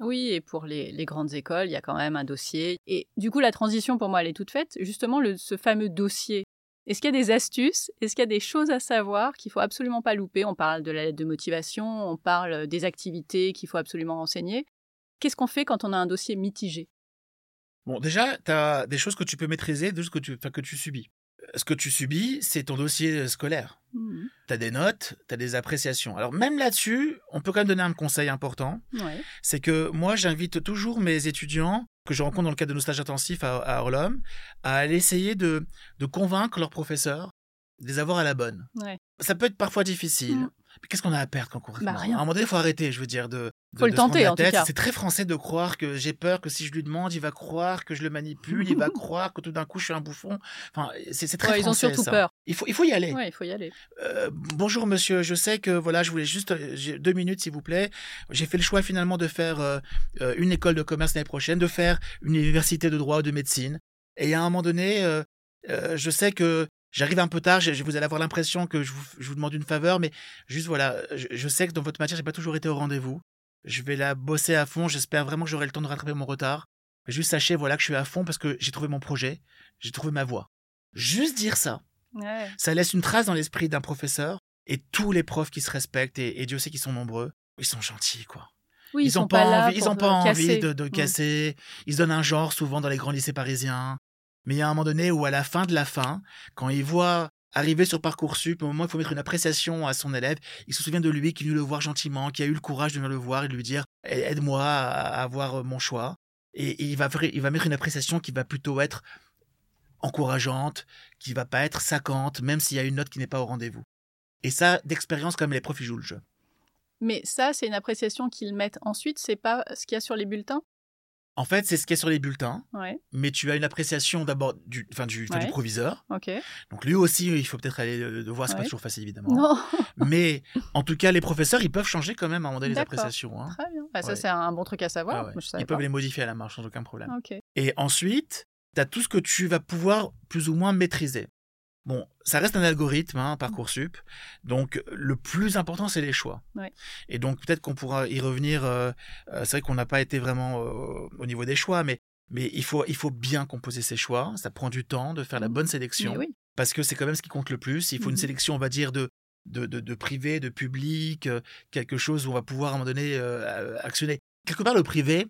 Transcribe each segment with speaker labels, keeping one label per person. Speaker 1: Oui, et pour les, les grandes écoles, il y a quand même un dossier. Et du coup, la transition, pour moi, elle est toute faite. Justement, le, ce fameux dossier. Est-ce qu'il y a des astuces Est-ce qu'il y a des choses à savoir qu'il faut absolument pas louper On parle de la lettre de motivation, on parle des activités qu'il faut absolument renseigner. Qu'est-ce qu'on fait quand on a un dossier mitigé
Speaker 2: Bon, déjà, tu as des choses que tu peux maîtriser, des choses que tu, que tu subis. Euh, Ce que tu subis, c'est ton dossier euh, scolaire.
Speaker 1: Mhm.
Speaker 2: Tu as des notes, tu as des appréciations. Alors même là-dessus, on peut quand même donner un conseil important.
Speaker 1: Ouais.
Speaker 2: C'est que moi, j'invite toujours mes étudiants que je rencontre dans le cadre de nos stages intensifs à, à Orlom à aller essayer de, de convaincre leurs professeurs de les avoir à la bonne.
Speaker 1: Ouais.
Speaker 2: Ça peut être parfois difficile.
Speaker 1: Mm.
Speaker 2: Mais qu'est-ce qu'on a à perdre quand on court
Speaker 1: Bah, rien.
Speaker 2: À un moment donné, il faut arrêter, je veux dire, de. de-
Speaker 1: Faut le
Speaker 2: de se prendre
Speaker 1: tenter,
Speaker 2: la
Speaker 1: en tout
Speaker 2: tête.
Speaker 1: cas.
Speaker 2: C'est très français de croire que j'ai peur que si je lui demande, il va croire que je le manipule, il va croire que tout d'un coup je suis un bouffon. Enfin, c'est c'est très
Speaker 1: Ouais, ils ont
Speaker 2: français,
Speaker 1: surtout
Speaker 2: ça.
Speaker 1: peur.
Speaker 2: Il faut, il faut y aller.
Speaker 1: Ouais, il faut y aller.
Speaker 2: Euh, bonjour monsieur, je sais que voilà, je voulais juste euh, j'ai deux minutes s'il vous plaît. J'ai fait le choix finalement de faire euh, euh, une école de commerce l'année prochaine, de faire une université de droit ou de médecine. Et à un moment donné, euh, euh, je sais que j'arrive un peu tard, je, je- vous allez avoir l'impression que je vous, je vous demande une faveur, mais juste voilà, je, je sais que dans votre matière, j'ai pas toujours été au rendez-vous. Je vais la bosser à fond, j'espère vraiment que j'aurai le temps de rattraper mon retard. Juste sachez voilà que je suis à fond parce que j'ai trouvé mon projet, j'ai trouvé ma voie. Juste dire ça
Speaker 1: Ouais.
Speaker 2: ça laisse une trace dans l'esprit d'un professeur et tous les profs qui se respectent, et, et Dieu sait qu'ils sont nombreux, ils sont gentils, quoi.
Speaker 1: Oui, ils,
Speaker 2: ont
Speaker 1: sont pas, là
Speaker 2: envie, ils
Speaker 1: pour
Speaker 2: ont
Speaker 1: te
Speaker 2: pas envie
Speaker 1: casser.
Speaker 2: de, de
Speaker 1: Mm.
Speaker 2: casser. Ils se donnent un genre souvent dans les grands lycées parisiens. Mais il y a un moment donné où, à la fin de la fin, quand ils voient arriver sur Parcoursup, au moment où il faut mettre une appréciation à son élève, ils se souviennent de lui qui est venu le voir gentiment, qui a eu le courage de venir le voir et de lui dire Aide-moi à, à avoir euh, mon choix. Et, et il, va, faire- il va mettre une appréciation qui va plutôt être encourageante, qui va pas être saquante, même s'il y a une note qui n'est pas au rendez-vous. Et ça, d'expérience, comme les profs, ils jouent le jeu.
Speaker 1: Mais ça, c'est une appréciation qu'ils mettent ensuite. C'est pas ce qu'il y a sur les bulletins.
Speaker 2: En fait, c'est ce qu'il y a sur les bulletins.
Speaker 1: Ouais.
Speaker 2: mais tu as une appréciation d'abord du, enfin, du, enfin, du
Speaker 1: Ouais.
Speaker 2: proviseur.
Speaker 1: Ok.
Speaker 2: Donc lui aussi, il faut peut-être aller le, le voir, c'est pas
Speaker 1: Ouais.
Speaker 2: toujours facile évidemment.
Speaker 1: Non.
Speaker 2: Mais en tout cas, les professeurs, ils peuvent changer quand même à un moment donné les
Speaker 1: D'accord.
Speaker 2: appréciations. hein.
Speaker 1: Très bien. Ah, ça,
Speaker 2: Ouais.
Speaker 1: c'est un bon truc à savoir.
Speaker 2: Ah ouais.
Speaker 1: Moi, je savais
Speaker 2: Ils peuvent
Speaker 1: pas. Ah,
Speaker 2: les modifier à la marche sans aucun problème.
Speaker 1: Ok.
Speaker 2: Et ensuite, tu as tout ce que tu vas pouvoir plus ou moins maîtriser. Bon, ça reste un algorithme, hein, Parcoursup. Donc, le plus important, c'est les choix.
Speaker 1: Ouais.
Speaker 2: Et donc, peut-être qu'on pourra y revenir. euh, euh, c'est vrai qu'on n'a pas été vraiment euh, au niveau des choix, mais, mais il, faut, il faut bien composer ses choix. Ça prend du temps de faire la
Speaker 1: Mhm.
Speaker 2: bonne sélection
Speaker 1: Mais oui.
Speaker 2: parce que c'est quand même ce qui compte le plus. Il faut une
Speaker 1: Mhm.
Speaker 2: sélection, on va dire, de, de, de, de privé, de public, euh, quelque chose où on va pouvoir à un moment donné euh, actionner. Quelque part, le privé,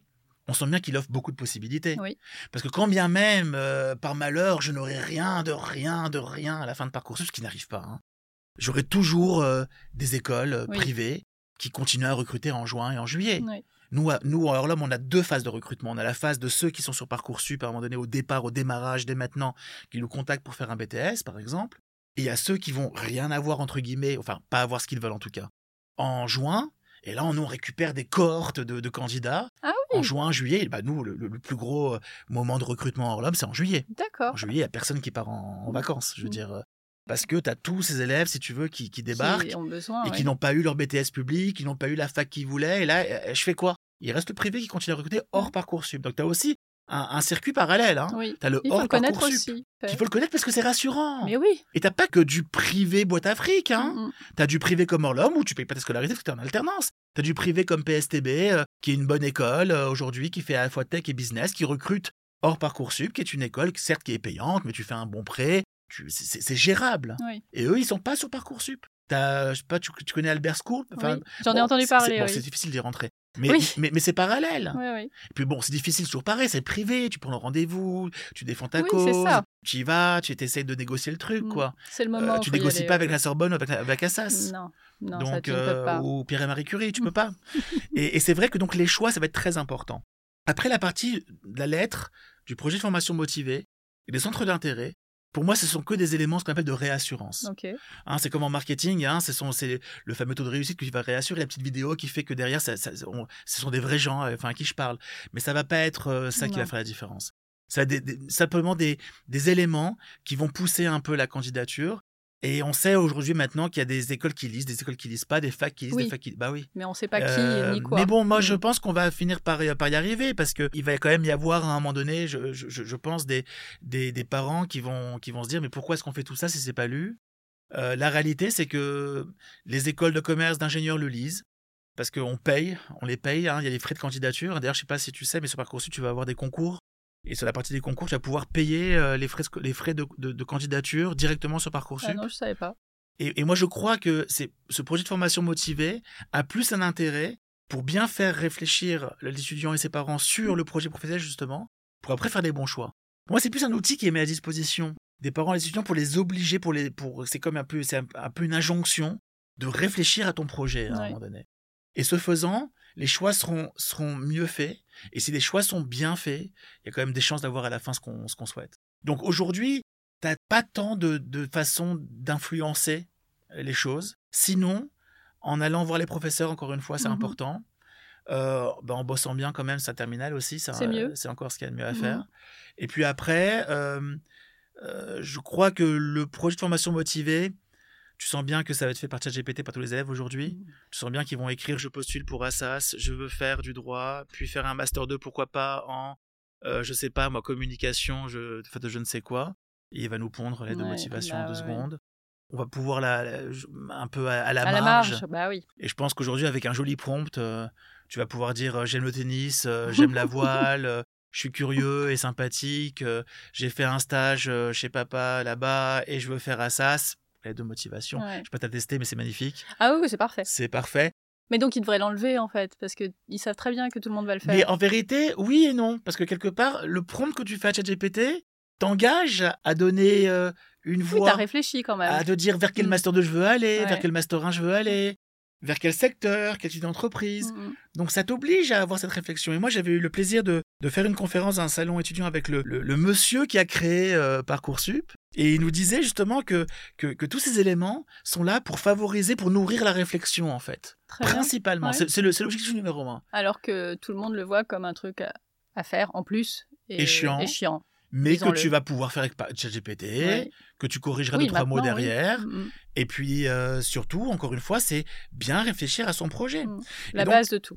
Speaker 2: on sent bien qu'il offre beaucoup de possibilités.
Speaker 1: Oui.
Speaker 2: Parce que quand bien même, euh, par malheur, je n'aurai rien de rien de rien à la fin de Parcoursup, ce qui n'arrive pas, hein, j'aurai toujours euh, des écoles euh,
Speaker 1: Oui.
Speaker 2: privées qui continuent à recruter en juin et en juillet.
Speaker 1: Ouais.
Speaker 2: Nous, à, nous, à Orlom, on a deux phases de recrutement. On a la phase de ceux qui sont sur Parcoursup, à un moment donné, au départ, au démarrage, dès maintenant, qui nous contactent pour faire un BTS, par exemple. Et il y a ceux qui vont rien avoir, entre guillemets, enfin, pas avoir ce qu'ils veulent en tout cas, en juin. Et là, on nous récupère des cohortes de, de candidats.
Speaker 1: Ah
Speaker 2: En
Speaker 1: oui.
Speaker 2: juin, juillet, et bah, nous, le, le- le plus gros euh, moment de recrutement à Orlom, c'est en juillet.
Speaker 1: D'accord.
Speaker 2: En juillet, il n'y a personne qui part en, en vacances, je
Speaker 1: Ah
Speaker 2: veux
Speaker 1: Mm.
Speaker 2: dire. euh, Parce que tu as tous ces élèves, si tu veux, qui, qui débarquent
Speaker 1: Qui ont besoin.
Speaker 2: et
Speaker 1: Ah ouais.
Speaker 2: qui n'ont pas eu leur BTS public, qui n'ont pas eu la fac qu'ils voulaient. Et là, euh, je fais quoi Il reste le privé qui continue à recruter hors Parcoursup. Donc, tu as aussi un, un circuit parallèle. Hein.
Speaker 1: Oui.
Speaker 2: Tu as le
Speaker 1: Il faut
Speaker 2: hors
Speaker 1: le connaître
Speaker 2: Parcoursup.
Speaker 1: aussi.
Speaker 2: Il faut le connaître parce que c'est rassurant.
Speaker 1: Mais oui.
Speaker 2: Et t'as pas que du privé boîte à fric. Hein.
Speaker 1: Mm, mm.
Speaker 2: T'as du privé comme Orlom où tu payes pas ta scolarité parce que t'es en alternance. T'as du privé comme PSTB, euh, qui est une bonne école euh, aujourd'hui, qui fait à la fois tech et business, qui recrute hors Parcoursup, qui est une école, certes, qui est payante, mais tu fais un bon prêt. tu- c'est- C'est c'est gérable.
Speaker 1: Oui.
Speaker 2: Et eux, ils sont pas sur Parcoursup. T'as, je sais pas, tu, tu connais Albert School Enfin,
Speaker 1: Oui. J'en ai
Speaker 2: Bon,
Speaker 1: entendu
Speaker 2: c'est-
Speaker 1: parler.
Speaker 2: C'est bon,
Speaker 1: oui.
Speaker 2: c'est difficile d'y rentrer. Mais,
Speaker 1: Oui.
Speaker 2: mais, mais c'est parallèle.
Speaker 1: Oui, oui.
Speaker 2: Et puis bon, c'est difficile, c'est toujours pareil, c'est privé. Tu prends le rendez-vous, tu défends ta
Speaker 1: Oui, c'est
Speaker 2: cause,
Speaker 1: ça.
Speaker 2: tu y vas, tu essayes de négocier le truc.
Speaker 1: Mm.
Speaker 2: quoi.
Speaker 1: C'est le
Speaker 2: Euh,
Speaker 1: moment. où
Speaker 2: tu
Speaker 1: faut y
Speaker 2: négocies
Speaker 1: aller,
Speaker 2: pas
Speaker 1: ouais.
Speaker 2: avec la Sorbonne ou avec la, avec la SAS.
Speaker 1: Non. Non,
Speaker 2: donc,
Speaker 1: ça, tu ne
Speaker 2: euh,
Speaker 1: peux pas.
Speaker 2: ou Pierre et Marie Curie, tu
Speaker 1: Mm.
Speaker 2: peux pas. et et c'est vrai que donc les choix, ça va être très important. Après la partie de la lettre, du projet de formation motivée et des centres d'intérêt, pour moi, ce sont que des éléments ce qu'on appelle de réassurance.
Speaker 1: Ok.
Speaker 2: Hein, c'est comme en marketing, hein, ce sont- c'est le fameux taux de réussite qui va réassurer la petite vidéo qui fait que derrière, ça- ça- on- ce sont des vrais gens euh, enfin, à qui je parle. Mais ça va pas être euh, ça qui
Speaker 1: Non.
Speaker 2: va faire la différence. Ça va être des- des- simplement des, des éléments qui vont pousser un peu la candidature. Et on sait aujourd'hui maintenant qu'il y a des écoles qui lisent, des écoles qui lisent pas, des facs qui lisent,
Speaker 1: Oui.
Speaker 2: des facs qui Bah oui.
Speaker 1: Mais on ne sait pas qui
Speaker 2: Euh,
Speaker 1: ni quoi.
Speaker 2: Mais bon, moi,
Speaker 1: Mm.
Speaker 2: je pense qu'on va finir par, par y arriver parce qu'il va quand même y avoir à un moment donné, je, je- je- je pense, des, des, des parents qui vont, qui vont se dire Mais pourquoi est-ce qu'on fait tout ça si c'est pas lu Euh, La réalité, c'est que les écoles de commerce, d'ingénieurs le lisent. parce qu'on paye, on les paye, hein, il y a les frais de candidature. D'ailleurs, je sais pas si tu sais, mais sur Parcoursup, tu vas avoir des concours. Et sur la partie des concours, tu vas pouvoir payer euh, les frais, les frais de, de- de candidature directement sur Parcoursup.
Speaker 1: Ah non, je savais pas.
Speaker 2: Et, et moi, je crois que c'est- ce projet de formation motivée a plus un intérêt pour bien faire réfléchir l'étudiant et ses parents sur le projet professionnel, justement, pour après faire des bons choix. Pour moi, c'est plus un outil qui est mis à disposition des parents et des étudiants pour les obliger, pour les, pour, c'est comme un peu, c'est un, un peu une injonction de réfléchir à ton projet hein, à un
Speaker 1: Ouais.
Speaker 2: moment donné. Et ce faisant, les choix seront, seront mieux faits. Et si les choix sont bien faits, il y a quand même des chances d'avoir à la fin ce qu'on ce qu'on souhaite. Donc aujourd'hui, t'as pas tant de, de façons d'influencer les choses. Sinon, en allant voir les professeurs, encore une fois, c'est
Speaker 1: Mhm.
Speaker 2: important. Euh, ben, en bossant bien quand même sa terminale aussi, ça,
Speaker 1: C'est mieux.
Speaker 2: euh, c'est encore ce qu'il y a de mieux à
Speaker 1: Mhm.
Speaker 2: faire. Et puis après, euh, euh, je crois que le projet de formation motivée, tu sens bien que ça va être fait par ChatGPT par tous les élèves aujourd'hui.
Speaker 1: Mhm.
Speaker 2: Tu sens bien qu'ils vont écrire je postule pour Assas, je veux faire du droit, puis faire un master 2 pourquoi pas en euh, je sais pas moi communication, je enfin, de je ne sais quoi. Et il va nous pondre l'aide de
Speaker 1: Ouais,
Speaker 2: motivation
Speaker 1: bah
Speaker 2: en deux
Speaker 1: ouais, ouais.
Speaker 2: secondes. On va pouvoir la, la- je- un peu à, à la
Speaker 1: à la
Speaker 2: marge.
Speaker 1: marge, bah oui.
Speaker 2: Et je pense qu'aujourd'hui avec un joli prompt, euh, tu vas pouvoir dire euh, j'aime le tennis, euh, j'aime la voile. euh, je suis curieux et sympathique. euh, J'ai fait un stage euh, chez papa là-bas et je veux faire Assas. L'aide de motivation.
Speaker 1: Ouais.
Speaker 2: Je peux pas tester, mais c'est magnifique.
Speaker 1: Ah oui, oui, c'est parfait.
Speaker 2: C'est parfait.
Speaker 1: Mais donc, ils devraient l'enlever, en fait, parce qu'ils savent très bien que tout le monde va le faire.
Speaker 2: Mais en vérité, oui et non. Parce que quelque part, le prompt que tu fais à ChatGPT t'engage à donner euh, une
Speaker 1: oui,
Speaker 2: voix,
Speaker 1: t'as réfléchi quand même.
Speaker 2: à te dire vers quel
Speaker 1: Mm.
Speaker 2: master 2 je veux aller,
Speaker 1: Ouais.
Speaker 2: vers quel master 1 je veux aller, vers quel secteur, quel type d'entreprise.
Speaker 1: Mm, mm.
Speaker 2: Donc ça t'oblige à avoir cette réflexion. Et moi, j'avais eu le plaisir de, de faire une conférence à un salon étudiant avec le, le- le monsieur qui a créé euh, Parcoursup. Et il nous disait justement que, que, que tous ces éléments sont là pour favoriser, pour nourrir la réflexion, en fait.
Speaker 1: Très bien.
Speaker 2: Principalement.
Speaker 1: Ouais.
Speaker 2: C'est c'est le- c'est l'objectif numéro un.
Speaker 1: Alors que tout le monde le voit comme un truc à, à faire en plus. Et,
Speaker 2: Et chiant.
Speaker 1: Et chiant.
Speaker 2: mais que
Speaker 1: Disons-le.
Speaker 2: tu vas pouvoir faire avec pa- ChatGPT,
Speaker 1: Ouais.
Speaker 2: que tu corrigeras
Speaker 1: Oui,
Speaker 2: deux trois mots
Speaker 1: maintenant, oui.
Speaker 2: derrière,
Speaker 1: Mm, mm.
Speaker 2: et puis euh, surtout, encore une fois, c'est bien réfléchir à son projet.
Speaker 1: Mm. La
Speaker 2: donc-
Speaker 1: base de tout.